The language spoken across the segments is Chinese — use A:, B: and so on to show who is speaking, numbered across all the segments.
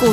A: 股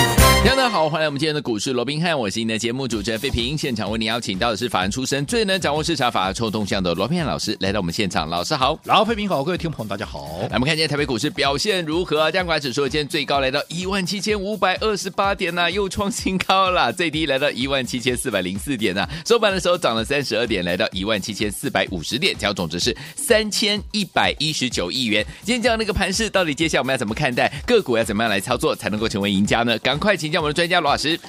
B: 大家好，欢迎来我们今天的股市罗宾汉，我是你的节目主持人费平。现场为你邀请到的是法案出身、最能掌握市场法臭动向的罗宾汉老师，来到我们现场。老师好，
C: 然后，费平好，各位听众朋友，大家好。
B: 来我们看今天台北股市表现如何？加管指数今天最高来到一万七千五百二十八点呐、又创新高了。最低来到一万七千四百零四点呐、收盘的时候涨了三十二点，来到一万七千四百五十点，成交总值是三千一百一十九亿元。今天这样的一个盘势，到底接下来我们要怎么看待个股？要怎么样来操作才能够成为赢家呢？赶快请教我们的专家罗老师。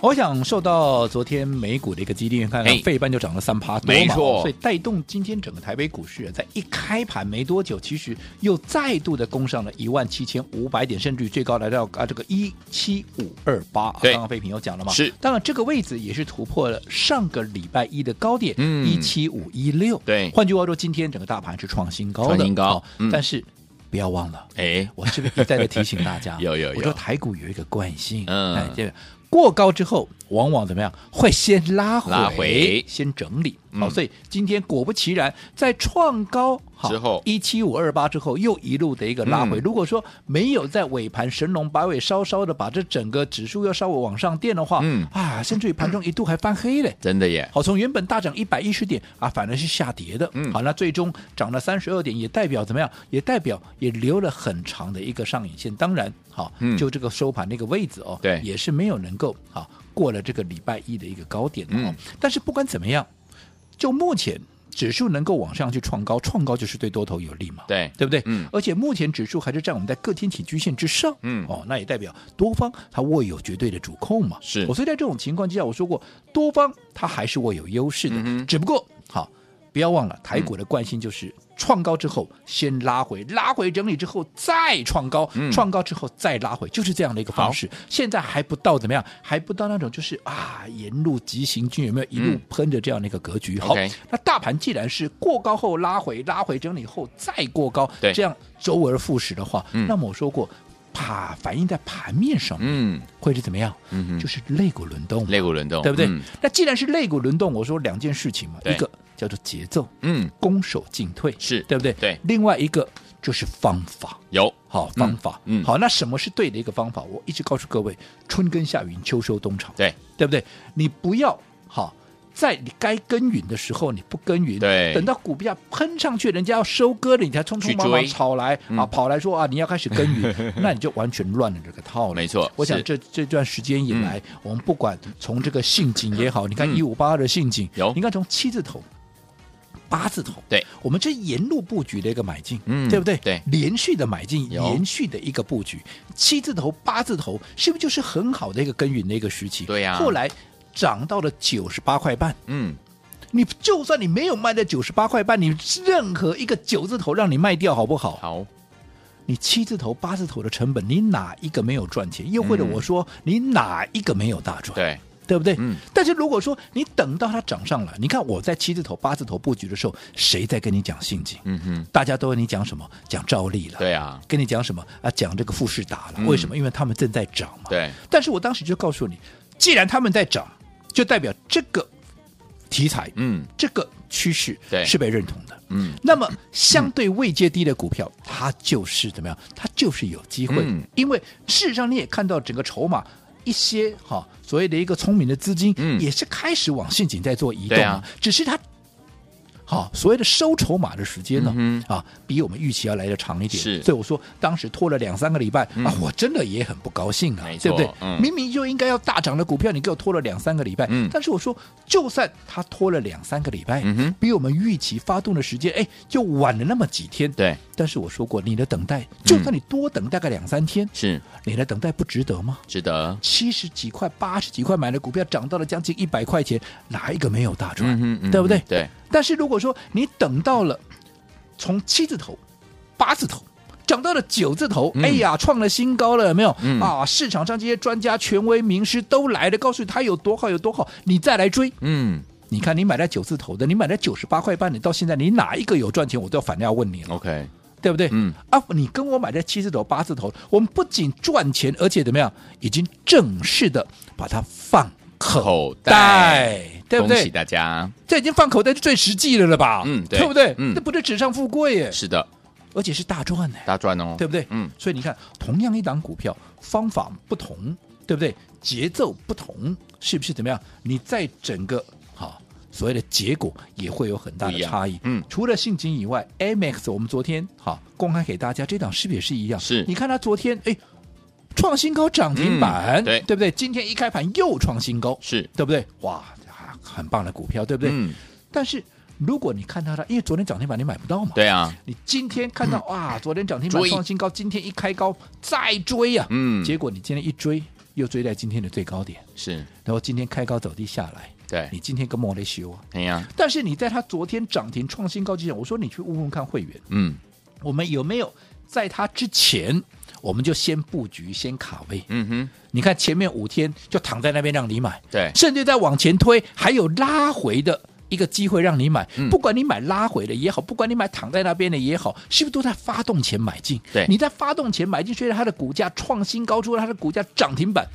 C: 我想受到昨天美股的一个激励，看看
B: 哎
C: 费半就涨了三趴多嘛，
B: 没错
C: 所以带动今天整个台北股市啊在一开盘没多久，其实又再度的攻上了一万七千五百点，甚至于最高来到啊这个一七五二八。
B: 对
C: 刚刚费平有讲了嘛，
B: 是
C: 当然这个位置也是突破了上个礼拜一的高点，
B: 嗯
C: 一七五一六。
B: 对
C: 换句话说，今天整个大盘是创新高的，
B: 创新高
C: 好
B: 嗯
C: 但是不要忘了。
B: 哎，？
C: 我是不是一再的提醒大家啊
B: 有有有
C: 我说台股有一个惯性，
B: 嗯
C: 哎，这个过高之后，往往怎么样？会先拉回，
B: 拉回
C: 先整理。
B: 嗯
C: 好、所以今天果不其然，在创高好
B: 之后
C: 一七五二八之后，又一路的一个拉回。
B: 嗯
C: 如果说没有在尾盘神龙摆尾，稍稍的把这整个指数要稍微往上垫的话，
B: 嗯
C: 啊，甚至于盘中一度还翻黑嘞。
B: 真的耶，
C: 好，从原本大涨一百一十点啊，反而是下跌的。
B: 嗯
C: 好，那最终涨了三十二点，也代表怎么样？也代表也留了很长的一个上影线。当然，好，
B: 嗯
C: 就这个收盘那个位置哦，
B: 对
C: 也是没有能够好过了这个礼拜一的一个高点哦。
B: 嗯
C: 但是不管怎么样，就目前指数能够往上去创高，创高就是对多头有利嘛。
B: 对
C: 对不对？
B: 嗯
C: 而且目前指数还是站我们在各天体均线之上，
B: 嗯
C: 哦，那也代表多方它握有绝对的主控嘛。
B: 是
C: 我所以在这种情况之下，我说过多方它还是握有优势的，
B: 嗯哼
C: 只不过好。不要忘了，台股的惯性就是创高之后先拉回，拉回整理之后再创高，
B: 嗯
C: 创高之后再拉回，就是这样的一个方式。现在还不到怎么样，还不到那种就是啊沿路急行军有没有一路
B: 嗯
C: 喷着这样的一个格局？好
B: OK，
C: 那大盘既然是过高后拉回，拉回整理后再过高，
B: 对
C: 这样周而复始的话，
B: 嗯
C: 那么我说过，把反映在盘面上面
B: 嗯
C: 会是怎么样？
B: 嗯哼
C: 就是肋骨轮动嘛，
B: 肋骨轮动，
C: 对不对？
B: 嗯
C: 那既然是肋骨轮动，我说两件事情嘛，
B: 对
C: 一个叫做节奏，
B: 嗯，
C: 攻守进退，
B: 是
C: 对不对？
B: 对
C: 另外一个就是方法。
B: 有
C: 好
B: 嗯
C: 方法，
B: 嗯
C: 好，那什么是对的一个方法？我一直告诉各位，春耕夏耘，秋收冬藏，
B: 对
C: 对不对？你不要好，在你该耕耘的时候你不耕耘，
B: 对
C: 等到股价喷上去，人家要收割了，你才匆匆忙
B: 去追
C: 忙跑来、啊，跑来说啊，你要开始耕 耘，那你就完全乱了这个套路。
B: 没错
C: 我想
B: 是
C: 这这段时间以来，我们不管从这个陷阱也好，你看
B: 嗯
C: 一五八二的陷阱，
B: 有
C: 你看从七字头。八字头，
B: 对
C: 我们这沿路布局的一个买进，
B: 嗯
C: 对不对？
B: 对
C: 连续的买进，
B: 有
C: 连续的一个布局，七字头、八字头，是不是就是很好的一个耕耘的一个时期？
B: 对呀
C: 后来涨到了九十八块半，
B: 嗯
C: 你就算你没有卖在九十八块半，你任何一个九字头让你卖掉，好不好？
B: 好
C: 你七字头、八字头的成本，你哪一个没有赚钱？又或者
B: 嗯
C: 我说，你哪一个没有大赚？
B: 对
C: 对不对？
B: 嗯
C: 但是如果说你等到它涨上来，你看我在七字头、八字头布局的时候，谁在跟你讲信阱？
B: 嗯哼
C: 大家都跟你讲什么？讲照例了。
B: 对啊
C: 跟你讲什么啊？讲这个富士达了，
B: 嗯
C: 为什么？因为他们正在涨嘛。。
B: 对
C: 但是我当时就告诉你，既然他们在涨，就代表这个题材、
B: 嗯
C: 这个趋势
B: 对
C: 是被认同的。
B: 嗯
C: 那么相对位阶低的股票，它就是怎么样？它就是有机会，
B: 嗯
C: 因为事实上你也看到整个筹码。一些哈、所谓的一个聪明的资金，
B: 嗯
C: 也是开始往陷阱在做移动
B: 对啊
C: 只是它好、所谓的收筹码的时间呢、
B: 嗯
C: 啊，比我们预期要来的长一点。
B: 是
C: 所以我说当时拖了两三个礼拜、
B: 嗯
C: 啊，我真的也很不高兴啊
B: 没，错
C: 对不对、
B: 嗯
C: 明明就应该要大涨的股票，你给我拖了两三个礼拜。
B: 嗯
C: 但是我说，就算它拖了两三个礼拜，
B: 嗯哼
C: 比我们预期发动的时间，哎，就晚了那么几天。
B: 对
C: 但是我说过，你的等待，就算你多等大概两三天，
B: 是
C: 你的等待不值得吗？
B: 值得
C: 七十几块、八十几块买的股票，涨到了将近一百块钱，哪一个没有大赚？
B: 嗯哼嗯哼
C: 对不对？
B: 对。
C: 但是如果说你等到了从七字头、八字头。涨到了九字头，
B: 嗯
C: 哎呀，创了新高了，有没有？
B: 嗯
C: 啊，市场上这些专家、权威、名师都来了，告诉你它有多好，有多好，你再来追，
B: 嗯
C: 你看，你买在九字头的，你买在九十八块半的，到现在你哪一个有赚钱？我都要反正要问你了，
B: ，OK，
C: 对不对？
B: 哦嗯
C: 啊，你跟我买在七字头、八字头，我们不仅赚钱，而且怎么样，已经正式的把它放
B: 口
C: 口
B: 袋
C: 袋，对不
B: 恭喜
C: 对？
B: 大家，
C: 这已经放口袋是最实际的了吧？
B: 嗯对
C: 不对？
B: 嗯
C: 这不是纸上富贵耶，
B: 是的，
C: 而且是大赚呢。
B: 大赚哦，
C: 对不对？
B: 嗯，
C: 所以你看，同样一档股票，方法不同，对不对？节奏不同，是不是怎么样？你在整个哈、所谓的结果也会有很大
B: 不
C: 的
B: 一样
C: 差异。
B: 嗯
C: 除了信金以外，Amex 我们昨天哈、公开给大家，这档是不是也是一样？
B: 是
C: 你看它昨天哎创新高涨停板，
B: 嗯对
C: 对不对？今天一开盘又创新高，
B: 是，
C: 对不对？哇，啊很棒的股票，对不对？
B: 嗯，
C: 但是如果你看到它，因为昨天涨停板你买不到嘛，
B: 对啊，
C: 你今天看到哇，昨天涨停板
B: 追
C: 创新高，今天一开高再追呀、
B: 嗯
C: 结果你今天一追，又追在今天的最高点，
B: 是，
C: 然后今天开高走低下来，
B: 对
C: 你，今天跟莫雷修啊。
B: 哎呀，
C: 但是你在它昨天涨停创新高之前，我说你去问问看会员，
B: 嗯
C: 我们有没有在它之前，我们就先布局、先卡位。
B: 嗯哼，
C: 你看前面五天就躺在那边让你买，
B: 对，
C: 甚至在往前推，还有拉回的一个机会让你买。
B: 嗯
C: 不管你买拉回的也好，不管你买躺在那边的也好，是不是都在发动前买进？
B: 对
C: 你在发动前买进，随着它的股价创新高出，它的股价涨停板，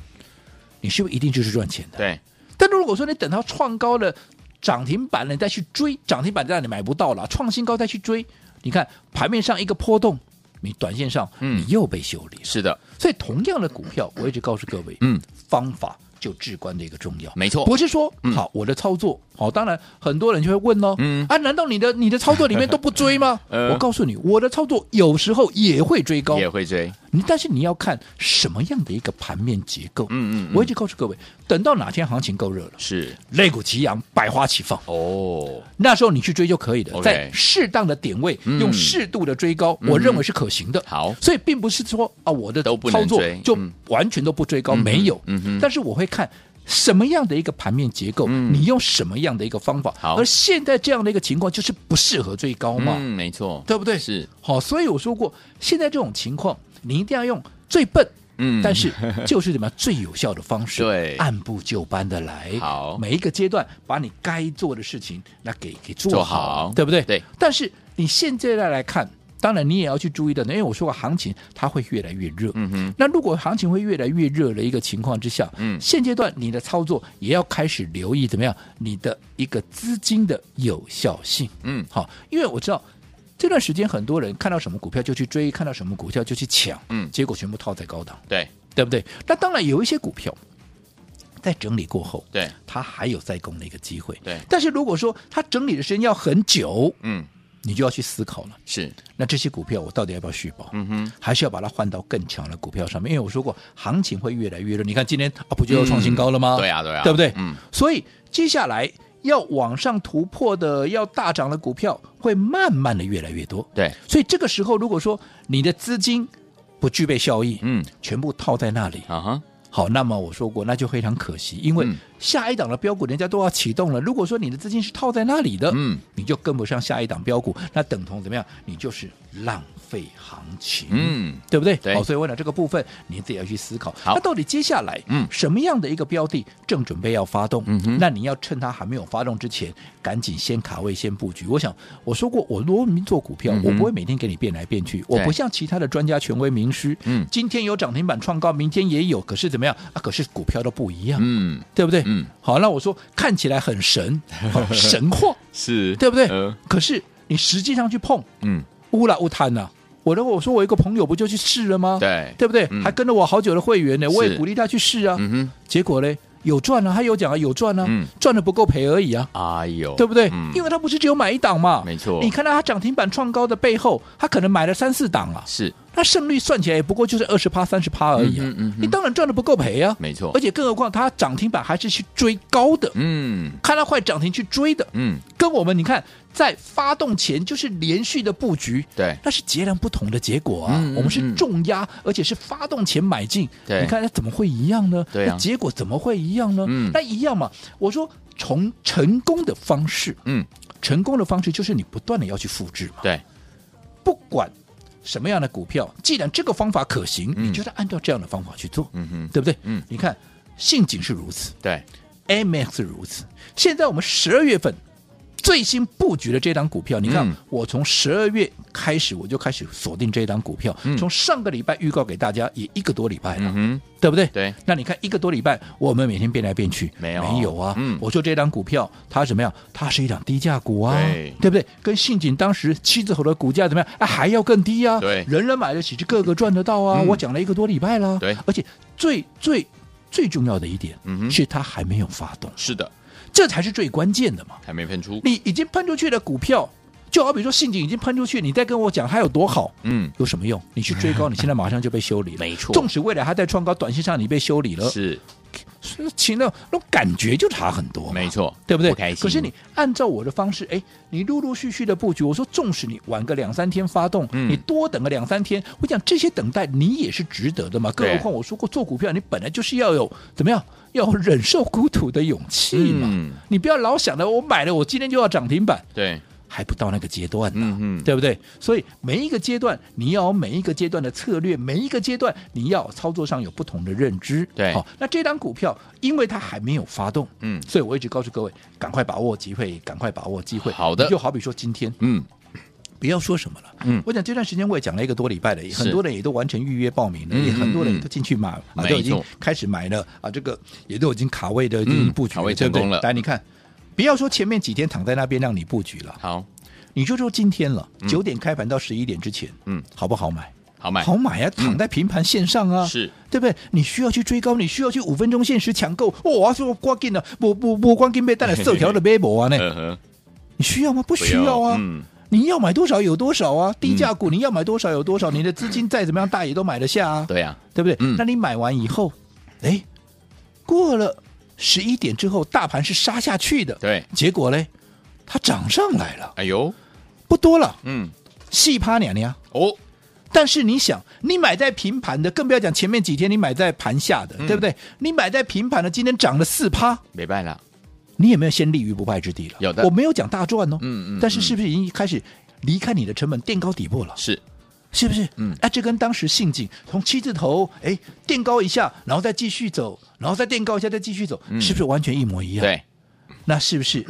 C: 你是不是一定就是赚钱的？
B: 对，
C: 但如果说你等到创高了涨停板了，你再去追涨停板，让你买不到了，创新高再去追，你看盘面上一个波动，你短线上
B: 嗯
C: 你又被修理了。
B: 是的，
C: 所以同样的股票，我一直告诉各位，
B: 嗯，
C: 方法就至关的一个重要。
B: 没错
C: 不是说
B: 嗯
C: 好我的操作好，当然很多人就会问喽，
B: 嗯？
C: 啊，难道你的你的操作里面都不追吗
B: 呃
C: 我告诉你，我的操作有时候也会追高，
B: 也会追，
C: 你但是你要看什么样的一个盘面结构。
B: 嗯嗯嗯
C: 我一直告诉各位，等到哪天行情够热了，
B: 是，
C: 肋骨齐扬，百花齐放。
B: 哦，
C: 那时候你去追就可以的，
B: OK
C: 在适当的点位
B: 嗯
C: 用适度的追高，
B: 嗯
C: 我认为是可行的。
B: 好
C: 所以并不是说啊我的
B: 都不能
C: 操作
B: 追
C: 就
B: 嗯
C: 完全都不追高，
B: 嗯哼
C: 没有。
B: 嗯哼
C: 但是我会看。什么样的一个盘面结构，
B: 嗯
C: 你用什么样的一个方法？
B: 好
C: 而现在这样的一个情况就是不适合追高嘛，
B: 嗯，没错，
C: 对不对？
B: 是，
C: 好，所以我说过，现在这种情况，你一定要用最笨，
B: 嗯
C: 但是就是怎么样最有效的方 式，
B: 对
C: 按部就班的来，
B: 好
C: 每一个阶段把你该做的事情那给给做
B: 做
C: 好
B: 好，
C: 对不对？
B: 对。
C: 但是你现在再来看，当然你也要去注意的，因为我说过，行情它会越来越热，
B: 嗯哼，
C: 那如果行情会越来越热的一个情况之下，
B: 嗯
C: 现阶段你的操作也要开始留意怎么样你的一个资金的有效性，
B: 嗯
C: 好，因为我知道这段时间很多人看到什么股票就去追，看到什么股票就去抢，
B: 嗯
C: 结果全部套在高档，
B: 对
C: 对不对？那当然有一些股票在整理过后，
B: 对，
C: 它还有再攻的一个机会，
B: 对
C: 但是如果说它整理的时间要很久，
B: 嗯，
C: 你就要去思考了，
B: 是，
C: 那这些股票我到底要不要续保？
B: 嗯哼，
C: 还是要把它换到更强的股票上面，因为我说过，行情会越来越热。你看今天啊，不就又创新高了吗？
B: 嗯对啊对啊
C: 对不对？
B: 嗯，
C: 所以接下来要往上突破的、要大涨的股票，会慢慢的越来越多。
B: 对，
C: 所以这个时候，如果说你的资金不具备效益，
B: 嗯，
C: 全部套在那里，
B: 啊哈，
C: 好，那么我说过，那就非常可惜，因为
B: 嗯
C: 下一档的标股人家都要启动了。如果说你的资金是套在那里的，
B: 嗯，
C: 你就跟不上下一档标股，那等同怎么样？你就是浪费行情，
B: 嗯，
C: 对不对？
B: 对
C: 好，所以为了这个部分，你自己要去思考。
B: 好
C: 那到底接下来，
B: 嗯
C: 什么样的一个标的正准备要发动？
B: 嗯哼
C: 那你要趁它还没有发动之前，赶紧先卡位，先布局。我想我说过，我罗明做股票，
B: 嗯哼
C: 我不会每天给你变来变去，我不像其他的专家、权威、名师，
B: 嗯
C: 今天有涨停板创高，明天也有，可是怎么样啊？可是股票都不一样，
B: 嗯，
C: 对不对？
B: 嗯，
C: 好，那我说看起来很神， 好神话，
B: 是，
C: 对不对？
B: 呃
C: 可是你实际上去碰，
B: 嗯，
C: 乌啦乌贪呐、我如果我说我一个朋友不就去试了吗？
B: 对，
C: 对不对？
B: 嗯
C: 还跟了我好久的会员呢，我
B: 是
C: 也鼓励他去试啊。
B: 嗯
C: 结果嘞，有赚啊，他有讲啊，有赚啊，
B: 嗯
C: 赚的不够赔而已啊，
B: 哼，哎呦，
C: 对不对？
B: 嗯
C: 因为他不是只有买一档嘛，
B: 没错
C: 你看到他涨停板创高的背后，他可能买了三四档啊，
B: 是，
C: 那胜率算起来也不过就是二十趴、三十趴而已啊。
B: 嗯哼嗯哼
C: 你当然赚的不够赔啊，
B: 没错
C: 而且更何况他涨停板还是去追高的，
B: 嗯
C: 看他快涨停去追的，
B: 嗯，
C: 跟我们你看在发动前就是连续的布局，
B: 对，
C: 那是截然不同的结果啊！
B: 嗯嗯
C: 我们是重压，而且是发动前买进，
B: 对
C: 你看它怎么会一样呢？
B: 对啊
C: 那结果怎么会一样呢？
B: 嗯
C: 那一样嘛。我说从成功的方式，
B: 嗯，
C: 成功的方式就是你不断的要去复制嘛，
B: 对，
C: 不管什么样的股票，既然这个方法可行，
B: 嗯
C: 你就是按照这样的方法去做，
B: 嗯哼，
C: 对不对？
B: 嗯
C: 你看信景是如此
B: 对，
C: ，MX 是如此，现在我们十二月份最新布局的这档股票，你看
B: 嗯
C: 我从十二月开始我就开始锁定这档股票
B: 嗯，
C: 从上个礼拜预告给大家也一个多礼拜了
B: 嗯，哼，
C: 对不对？
B: 对。
C: 那你看一个多礼拜，我们每天变来变去，
B: 没有
C: 没有啊。
B: 嗯
C: 我说这档股票它怎么样？它是一档低价股啊，
B: 对
C: 不对？跟信锦当时七字头的股价怎么样？啊，还要更低啊。
B: 对
C: 人人买得起，是个个赚得到啊。
B: 嗯
C: 我讲了一个多礼拜了，
B: 对
C: 而且最最最重要的一点，
B: 嗯哼
C: 是它还没有发动，
B: 是的，
C: 这才是最关键的嘛。
B: 还没喷出。
C: 你已经喷出去的股票，就好比说信锦已经喷出去，你再跟我讲它有多好，
B: 嗯，
C: 有什么用？你去追高，你现在马上就被修理了。
B: 没错
C: 纵使未来它在创高，短线上你被修理了，
B: 是
C: 是情那那种感觉就差很多嘛，
B: 没错，
C: 对不对？
B: 不开心
C: 可是你按照我的方式，哎，你陆陆续续的布局，我说纵使你晚个两三天发动，
B: 嗯
C: 你多等个两三天，我讲这些等待你也是值得的嘛。更
B: 对
C: 何况我说过，做股票你本来就是要有怎么样，要有忍受孤独的勇气嘛。
B: 嗯
C: 你不要老想着我买了，我今天就要涨停板，
B: 对，
C: 还不到那个阶段呢、
B: 嗯嗯
C: 对不对？所以每一个阶段你要有每一个阶段的策略，每一个阶段你要操作上有不同的认知。
B: 对
C: 好，那这张股票因为它还没有发动，
B: 嗯
C: 所以我一直告诉各位，赶快把握机会，赶快把握机会。
B: 好的
C: 你就好比说今天，
B: 嗯，
C: 不要说什么了。
B: 嗯
C: 我讲这段时间我也讲了一个多礼拜了，也
B: 是
C: 很多人也都完成预约报名了，
B: 嗯
C: 也很多人
B: 嗯
C: 也都进去买，
B: 没
C: 啊，都已经
B: 错
C: 开始买了啊，这个也都已经卡位的，已经
B: 嗯
C: 布局了
B: 卡位
C: 对不对
B: 成功了
C: 来，你看，不要说前面几天躺在那边让你布局了，
B: 好，
C: 你就说今天了，九点开盘到十一点之前，
B: 嗯，
C: 好不好买？
B: 好买，嗯
C: 好买啊，躺在平盘线上啊，
B: 是
C: 对不对？你需要去追高，你需要去五分钟限时抢购。哦，我要说光进了，不不不，光进被带来色条的 b a b 啊，那
B: 嗯哼，
C: 你需要吗？不需要啊。
B: 嗯，
C: 你要买多少有多少啊，低价股你要买多少有多少，你的资金再怎么样大也都买得下啊，
B: 对呀，
C: 对不对？
B: 嗯
C: 那你买完以后，哎，过了十一点之后，大盘是杀下去的，
B: 对，
C: 结果嘞，它涨上来了，
B: 哎呦，
C: 不多了，
B: 嗯，
C: 细趴娘娘。
B: 哦，
C: 但是你想，你买在平盘的，更不要讲前面几天你买在盘下的，
B: 嗯
C: 对不对？你买在平盘的，今天涨了四趴，
B: 没办了，
C: 你有没有先立于不败之地了？
B: 有的
C: 我没有讲大赚哦，
B: 嗯嗯
C: 但是是不是已经开始离开你的成本，垫高底部了？
B: 是
C: 是不是？
B: 嗯
C: 啊，这跟当时信景从七字头，哎，垫高一下，然后再继续走，然后再垫高一下，再继续走，
B: 嗯
C: 是不是完全一模一样？，
B: 对，
C: 那是不是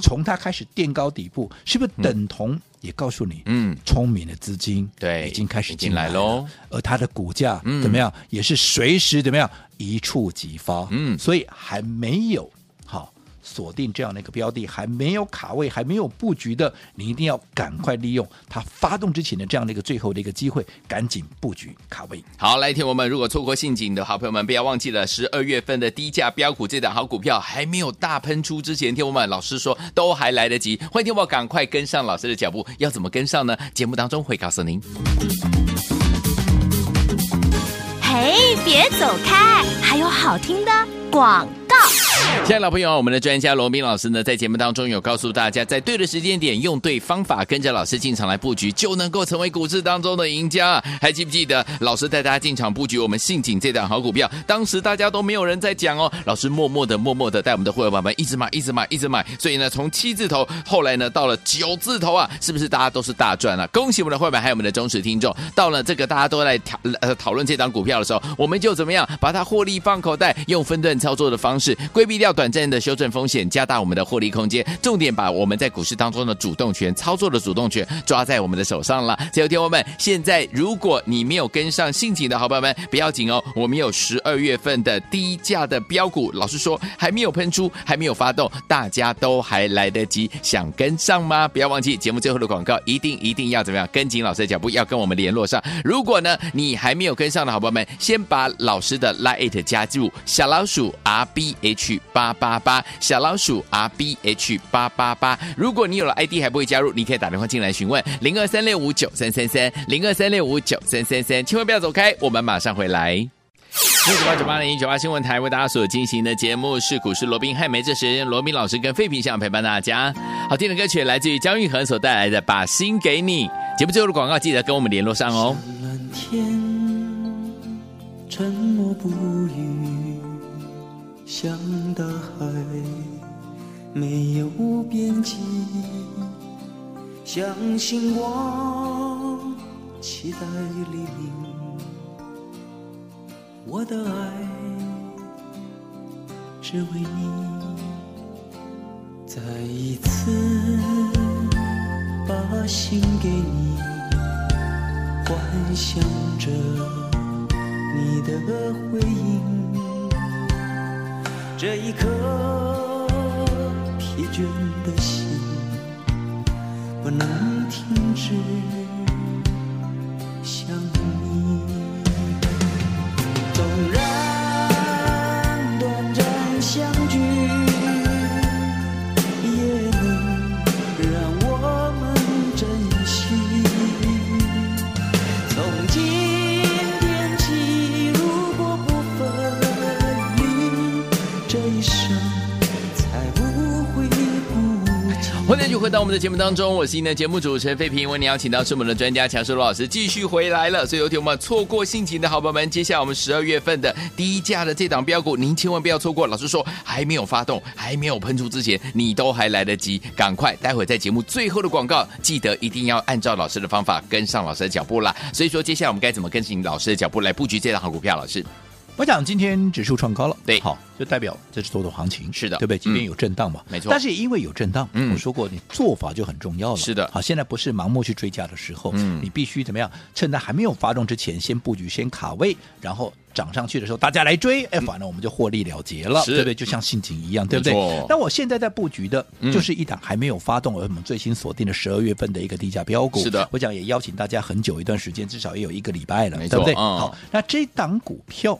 C: 从它开始垫高底部，是不是等同也告诉你，
B: 嗯，
C: 聪明的资金
B: 对
C: 已经开始
B: 已经
C: 进来
B: 来
C: 了
B: 喽
C: 而它的股价
B: 嗯
C: 怎么样，也是随时怎么样一触即发，
B: 嗯
C: 所以还没有好。锁定这样的一个标的，还没有卡位，还没有布局的，你一定要赶快利用它发动之前的这样的一个最后的一个机会，赶紧布局卡位。
B: 好，来，听我们如果错过陷阱的好朋友们，不要忘记了，十二月份的低价标股这档好股票还没有大喷出之前，听我们老师说都还来得及，欢迎听我赶快跟上老师的脚步，要怎么跟上呢？节目当中会告诉您。
A: 嘿，别走开，还有好听的广告。
B: 亲爱的老朋友，我们的专家罗斌老师呢，在节目当中有告诉大家，在对的时间点，用对方法，跟着老师进场来布局，就能够成为股市当中的赢家。还记不记得老师带大家进场布局我们信锦这档好股票？当时大家都没有人在讲哦，老师默默的、默默的带我们的会员宝宝们一直买、一直买、一直买。所以呢，从七字头，后来呢到了九字头啊，是不是大家都是大赚啊？恭喜我们的会员，还有我们的忠实听众。到了这个大家都在讨呃讨论这档股票的时候，我们就怎么样把它获利放口袋，用分段操作的方式，规避掉短暂的修正风险，加大我们的获利空间。重点把我们在股市当中的主动权、操作的主动权抓在我们的手上了。所以，听众朋友们，现在如果你没有跟上信锦的好朋友们，不要紧哦，我们有十二月份的低价的标股，老实说还没有喷出，还没有发动，大家都还来得及，想跟上吗？不要忘记节目最后的广告，一定一定要怎么样跟紧老师的脚步，要跟我们联络上。如果呢你还没有跟上的好朋友们，先把老师的 Lite 加入小老鼠 R B H 八八八，小老鼠 R B H 八八八。如果你有了 ID 还不会加入，你可以打电话进来询问零二三六五九三三三零二三六五九三三三，千万不要走开，我们马上回来。六九八九八零九八新闻台为大家所进行的节目是股市罗宾汉梅，这时间罗宾老师跟费平想陪伴大家。好听的歌曲来自于姜育恒所带来的《把心给你》。节目最后的广告记得跟我们联络上哦。
D: 蓝天，沉默不语，像大海，没有边际。像星光，期待与黎明。我的爱，只为你。再一次把心给你，幻想着你的回应。这一刻，疲倦的心不能停止想你。纵然短暂相聚，也能让我们珍惜。从今天起，如果不分离，这一生才不会孤寂。
B: 欢迎继续回到我们的节目当中，我是您的节目主持人费平。为您邀请到是我们的专家强叔罗老师继续回来了。所以有听我们错过性情的好朋友们，接下来我们十二月份的低价的这档标股，您千万不要错过。老师说还没有发动，还没有喷出之前，你都还来得及，赶快！待会在节目最后的广告，记得一定要按照老师的方法跟上老师的脚步啦。所以说，接下来我们该怎么跟进老师的脚步来布局这档好股票？老师，
C: 我想今天指数创高了，
B: 对
C: 好，就代表这是多头行情，
B: 是的
C: 对不对？即便
B: 嗯
C: 有震荡嘛，
B: 没错
C: 但是也因为有震荡，
B: 嗯
C: 我说过，你做法就很重要了，
B: 是的
C: 好，现在不是盲目去追加的时候，
B: 嗯
C: 你必须怎么样？趁它还没有发动之前，先布局，先卡位，然后涨上去的时候，大家来追，哎，反正我们就获利了结了，
B: 嗯是
C: 对不对？就像性情一样，对不对
B: 没错？
C: 那我现在在布局的
B: 嗯
C: 就是一档还没有发动，而我们最新锁定的十二月份的一个低价标股，
B: 是的
C: 我讲也邀请大家很久一段时间，至少也有一个礼拜了，
B: 没
C: 对不对？
B: 错嗯
C: 好。那这档股票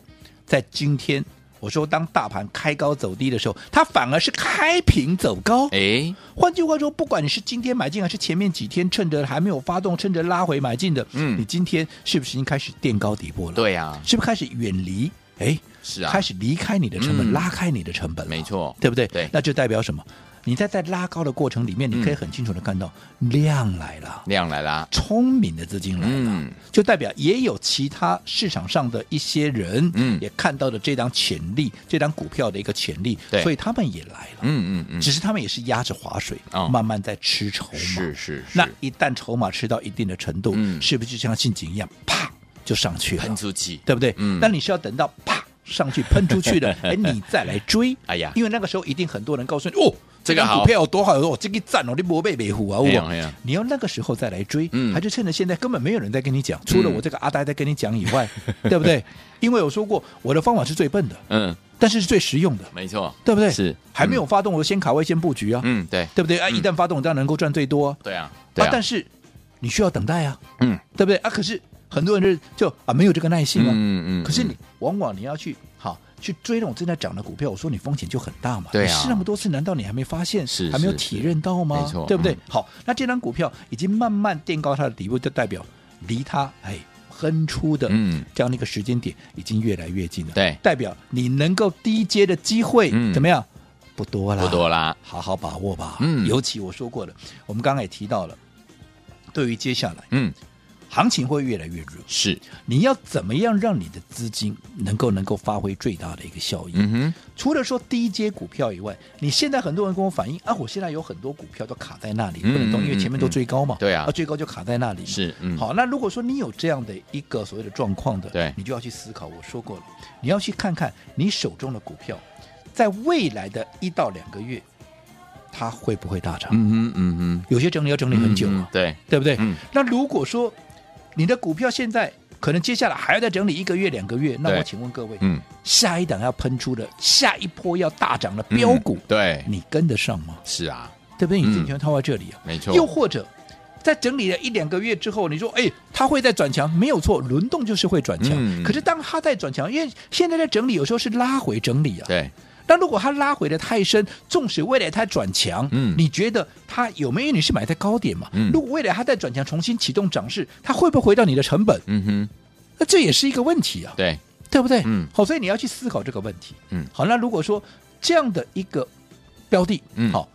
C: 在今天，我说当大盘开高走低的时候，它反而是开平走高。
B: 哎，
C: 换句话说，不管你是今天买进还是前面几天趁着还没有发动，趁着拉回买进的，
B: 嗯
C: 你今天是不是已经开始垫高底部了？，
B: 对呀、啊，
C: 是不是开始远离？哎，
B: 是啊
C: 开，始离开你的成本，
B: 嗯
C: 拉开你的成本了，
B: 没错
C: 对不对？
B: 对嗯
C: 那就代表什么？你在在拉高的过程里面，你可以很清楚的看到量来了。
B: 量来啦，
C: 聪明的资金来了，
B: 嗯
C: 就代表也有其他市场上的一些人，
B: 嗯
C: 也看到了这张潜力，这张股票的一个潜力
B: 对，
C: 所以他们也来了。
B: 嗯嗯嗯，
C: 只是他们也是压着划水，
B: 哦
C: 慢慢在吃筹码。
B: 是是是
C: 那一旦筹码吃到一定的程度，
B: 嗯
C: 是不是就像陷阱一样，啪就上去了
B: 喷？出去，
C: 对不对？
B: 嗯
C: 但你是要等到啪上去喷 出去了，哎，你再来追。
B: 哎呀
C: 因为那个时候一定很多人告诉你，哦，
B: 这个
C: 张
B: 好
C: 股票有多好，哦，这个赞哦，你不被北虎啊，
B: 哎呀
C: 我
B: 哎呀。
C: 你要那个时候再来追，
B: 嗯
C: 还是趁着现在根本没有人在跟你讲，除了我这个阿呆在跟你讲以 外，对不对？因为我说过，我的方法是最笨的，
B: 嗯，
C: 但是是最实用的，
B: 没错，
C: 对不对？
B: 是
C: 还没有发动，我先卡位，先布局啊，
B: 嗯，对，
C: 对不对？啊，一旦发动，我当然能够赚最多啊。
B: 对啊，对啊，
C: 但是你需要等待啊，
B: 嗯，
C: 对不对啊？可是很多人就就啊没有这个耐心啊，
B: 嗯
C: 可是你往往你要去好去追那种正在涨的股票，我说你风险就很大嘛。
B: 对啊
C: 你试那么多次，难道你还没发现？
B: 是
C: 还没有
B: 是
C: 体
B: 是
C: 认到吗？
B: 没错
C: 对不对？
B: 嗯
C: 好，那这张股票已经慢慢垫高它的底部，就代表离它哎喷出的
B: 嗯
C: 这样的一个时间点已经越来越近了。
B: 对
C: 代表你能够低接的机会、
B: 嗯
C: 怎么样？不多了，
B: 不多啦，
C: 好好把握吧。
B: 嗯
C: 尤其我说过了，我们刚刚也提到了，对于接下来
B: 嗯，
C: 行情会越来越热，
B: 是，
C: 你要怎么样让你的资金能够能够发挥最大的一个效益？
B: 嗯哼，
C: 除了说低阶股票以外，你现在很多人跟我反映啊，我现在有很多股票都卡在那里，
B: 嗯
C: 不能动，
B: 嗯
C: 因为前面都追高嘛。
B: 嗯对啊
C: 追高就卡在那里。
B: 是嗯
C: 好，那如果说你有这样的一个所谓的状况的，
B: 对
C: 你就要去思考。我说过了，你要去看看你手中的股票，在未来的一到两个月，它会不会大涨？
B: 嗯哼，嗯哼，
C: 有些整理要整理很久
B: 嗯
C: 啊
B: 哼，对，
C: 对不对？
B: 嗯
C: 那如果说你的股票现在可能接下来还要再整理一个月、两个月，那
B: 对
C: 我请问各位，
B: 嗯，
C: 下一档要喷出的、下一波要大涨的标股，
B: 嗯对，
C: 你跟得上吗？
B: 是啊，
C: 对不对？你
B: 嗯
C: 自己全套在这里啊，
B: 没错
C: 又或者。在整理了一两个月之后，你说，哎，它会再转强，没有错，轮动就是会转强。
B: 嗯
C: 可是当它在转强，因为现在在整理，有时候是拉回整理啊。
B: 对，
C: 但如果它拉回的太深，纵使未来它转强，
B: 嗯
C: 你觉得它有没有？因为你是买在高点嘛，
B: 嗯
C: 如果未来它再转强，重新启动涨势，它会不会回到你的成本？
B: 嗯哼，
C: 那这也是一个问题啊，
B: 对，
C: 对不对？
B: 嗯
C: 好，所以你要去思考这个问题。
B: 嗯
C: 好，那如果说这样的一个标的，
B: 嗯
C: 好，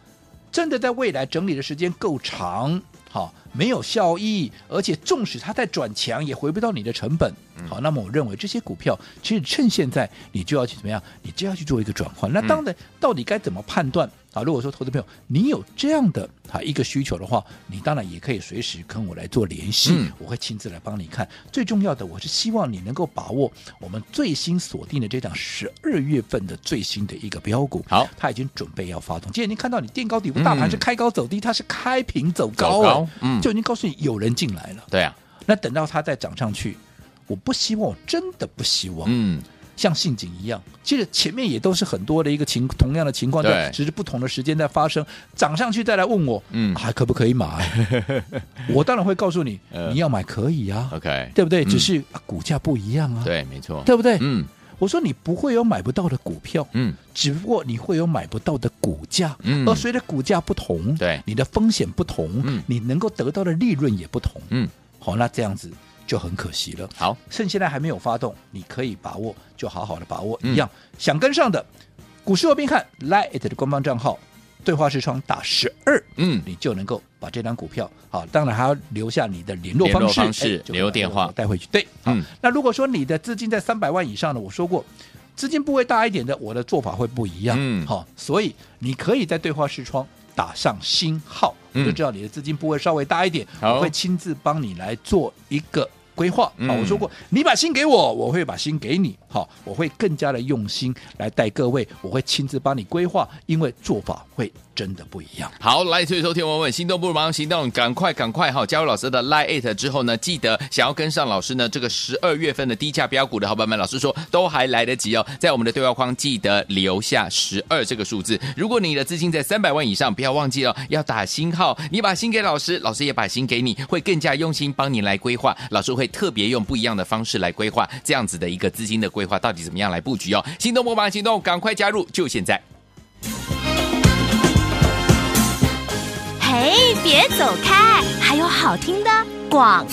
C: 真的在未来整理的时间够长，好，没有效益，而且纵使它在转强，也回不到你的成本。
B: 嗯
C: 好，那么我认为这些股票，其实趁现在你就要去怎么样？你就要去做一个转换。那
B: 嗯
C: 当然，到底该怎么判断？啊，如果说投资朋友你有这样的啊一个需求的话，你当然也可以随时跟我来做联系，
B: 嗯
C: 我会亲自来帮你看。最重要的，我是希望你能够把握我们最新锁定的这档十二月份的最新的一个标股。
B: 好
C: 它已经准备要发动。既然您看到你垫高底部，大盘是
B: 嗯
C: 开高走低，它是开平走高、哦
B: 走高嗯
C: 就已经告诉你有人进来了。
B: 对啊，
C: 那等到它再涨上去，我不希望，我真的不希望。
B: 嗯，
C: 像陷阱一样，其实前面也都是很多的一个情同样的情况在
B: 对，
C: 只是不同的时间在发生，涨上去再来问我，
B: 嗯
C: 还可不可 以买？我当然会告诉你
B: 呃，
C: 你要买可以啊，
B: OK，
C: 对不对？
B: 嗯
C: 只是、啊股价不一样啊，
B: 对，没错，
C: 对不对？
B: 嗯
C: 我说你不会有买不到的股票，
B: 嗯，
C: 只不过你会有买不到的股价，
B: 嗯
C: 而随着股价不同，
B: 对
C: 你的风险不同，
B: 嗯
C: 你能够得到的利润也不同，
B: 嗯，
C: 好，那这样子就很可惜了。
B: 好，
C: 趁现在还没有发动，你可以把握，就好好的把握。
B: 嗯
C: 一样想跟上的，股市罗宾汉 Lite 的官方账号，对话视窗打十二，
B: 嗯，
C: 你就能够把这张股票，好，当然还要留下你的联络
B: 联
C: 方
B: 络
C: 式，
B: 方式
C: 哎就可以
B: 留电话
C: 把我带回去。对，好
B: 嗯
C: 那如果说你的资金在三百万以上呢，我说过。资金部位大一点的，我的做法会不一样。
B: 嗯
C: 好、所以你可以在对话视窗打上星号，
B: 嗯
C: 我就知道你的资金部位稍微大一点，
B: 好
C: 我会亲自帮你来做一个规划。
B: 嗯
C: 啊，我说过，你把心给我，我会把心给你。好，我会更加的用心来带各位，我会亲自帮你规划，因为做法会真的不一样。
B: 好，来，所以说，听我们心动不如马上行动，赶快赶快哈！加入老师的 Line It 之后呢，记得想要跟上老师呢这个十二月份的低价标股的好朋友们，老师说都还来得及哦，在我们的对话框记得留下十二这个数字。如果你的资金在三百万以上，不要忘记了要打星号，你把星给老师，老师也把星给你，会更加用心帮你来规划。老师会特别用不一样的方式来规划这样子的一个资金的规划，到底怎么样来布局哦？心动不如马上行动，赶快加入，就现在！
A: 嘿，别走开，还有好听的广。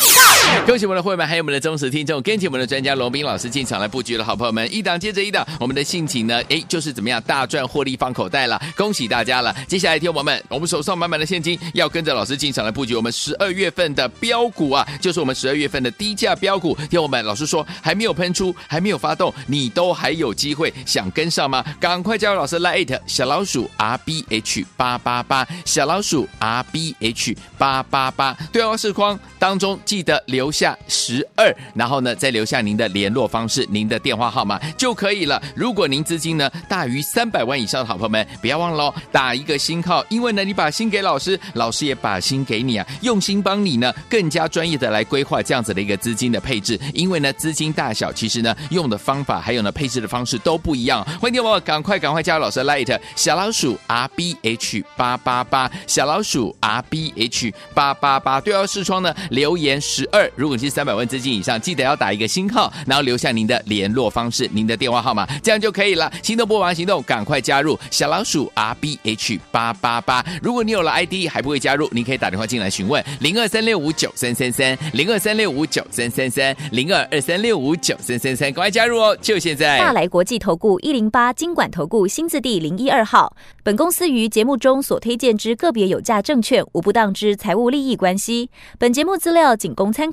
B: 恭喜我们的会员，还有我们的忠实听众，跟紧我们的专家罗斌老师进场来布局了，好朋友们，一档接着一档，我们的性情呢，哎，就是怎么样大赚获利放口袋了，恭喜大家了！接下来听我们，我们手上满满的现金，要跟着老师进场来布局我们十二月份的标股啊，就是我们十二月份的低价标股。听我们，老师说还没有喷出，还没有发动，你都还有机会，想跟上吗？赶快加入老师 l i t 小老鼠 R B H 八八八，小老鼠 R B H 八八八，对话视框当中记得留下十二，然后呢再留下您的联络方式、您的电话号码就可以了。如果您资金呢大于三百万以上的好朋友们，不要忘了哦打一个星号，因为呢你把心给老师，老师也把心给你啊，用心帮你呢更加专业的来规划这样子的一个资金的配置，因为呢资金大小其实呢用的方法还有呢配置的方式都不一样。欢迎听众朋友赶快赶快加入老师的 Light 小老鼠 R B H 八八八小老鼠 R B H 八八八对话视窗呢留言十二，如果你是三百万资金以上，记得要打一个星号，然后留下您的联络方式、您的电话号码，这样就可以了。心动不忙行动，赶快加入小老鼠 R B H 八八八。如果你有了 ID 还不会加入，你可以打电话进来询问零二三六五九三三三零二三六五九三三三零二二三六五九三三三，赶快加入哦，就现在。
E: 大来国际投顾一零八金管投顾新字第零一二号。本公司于节目中所推荐之个别有价证券，无不当之财务利益关系。本节目资料仅供参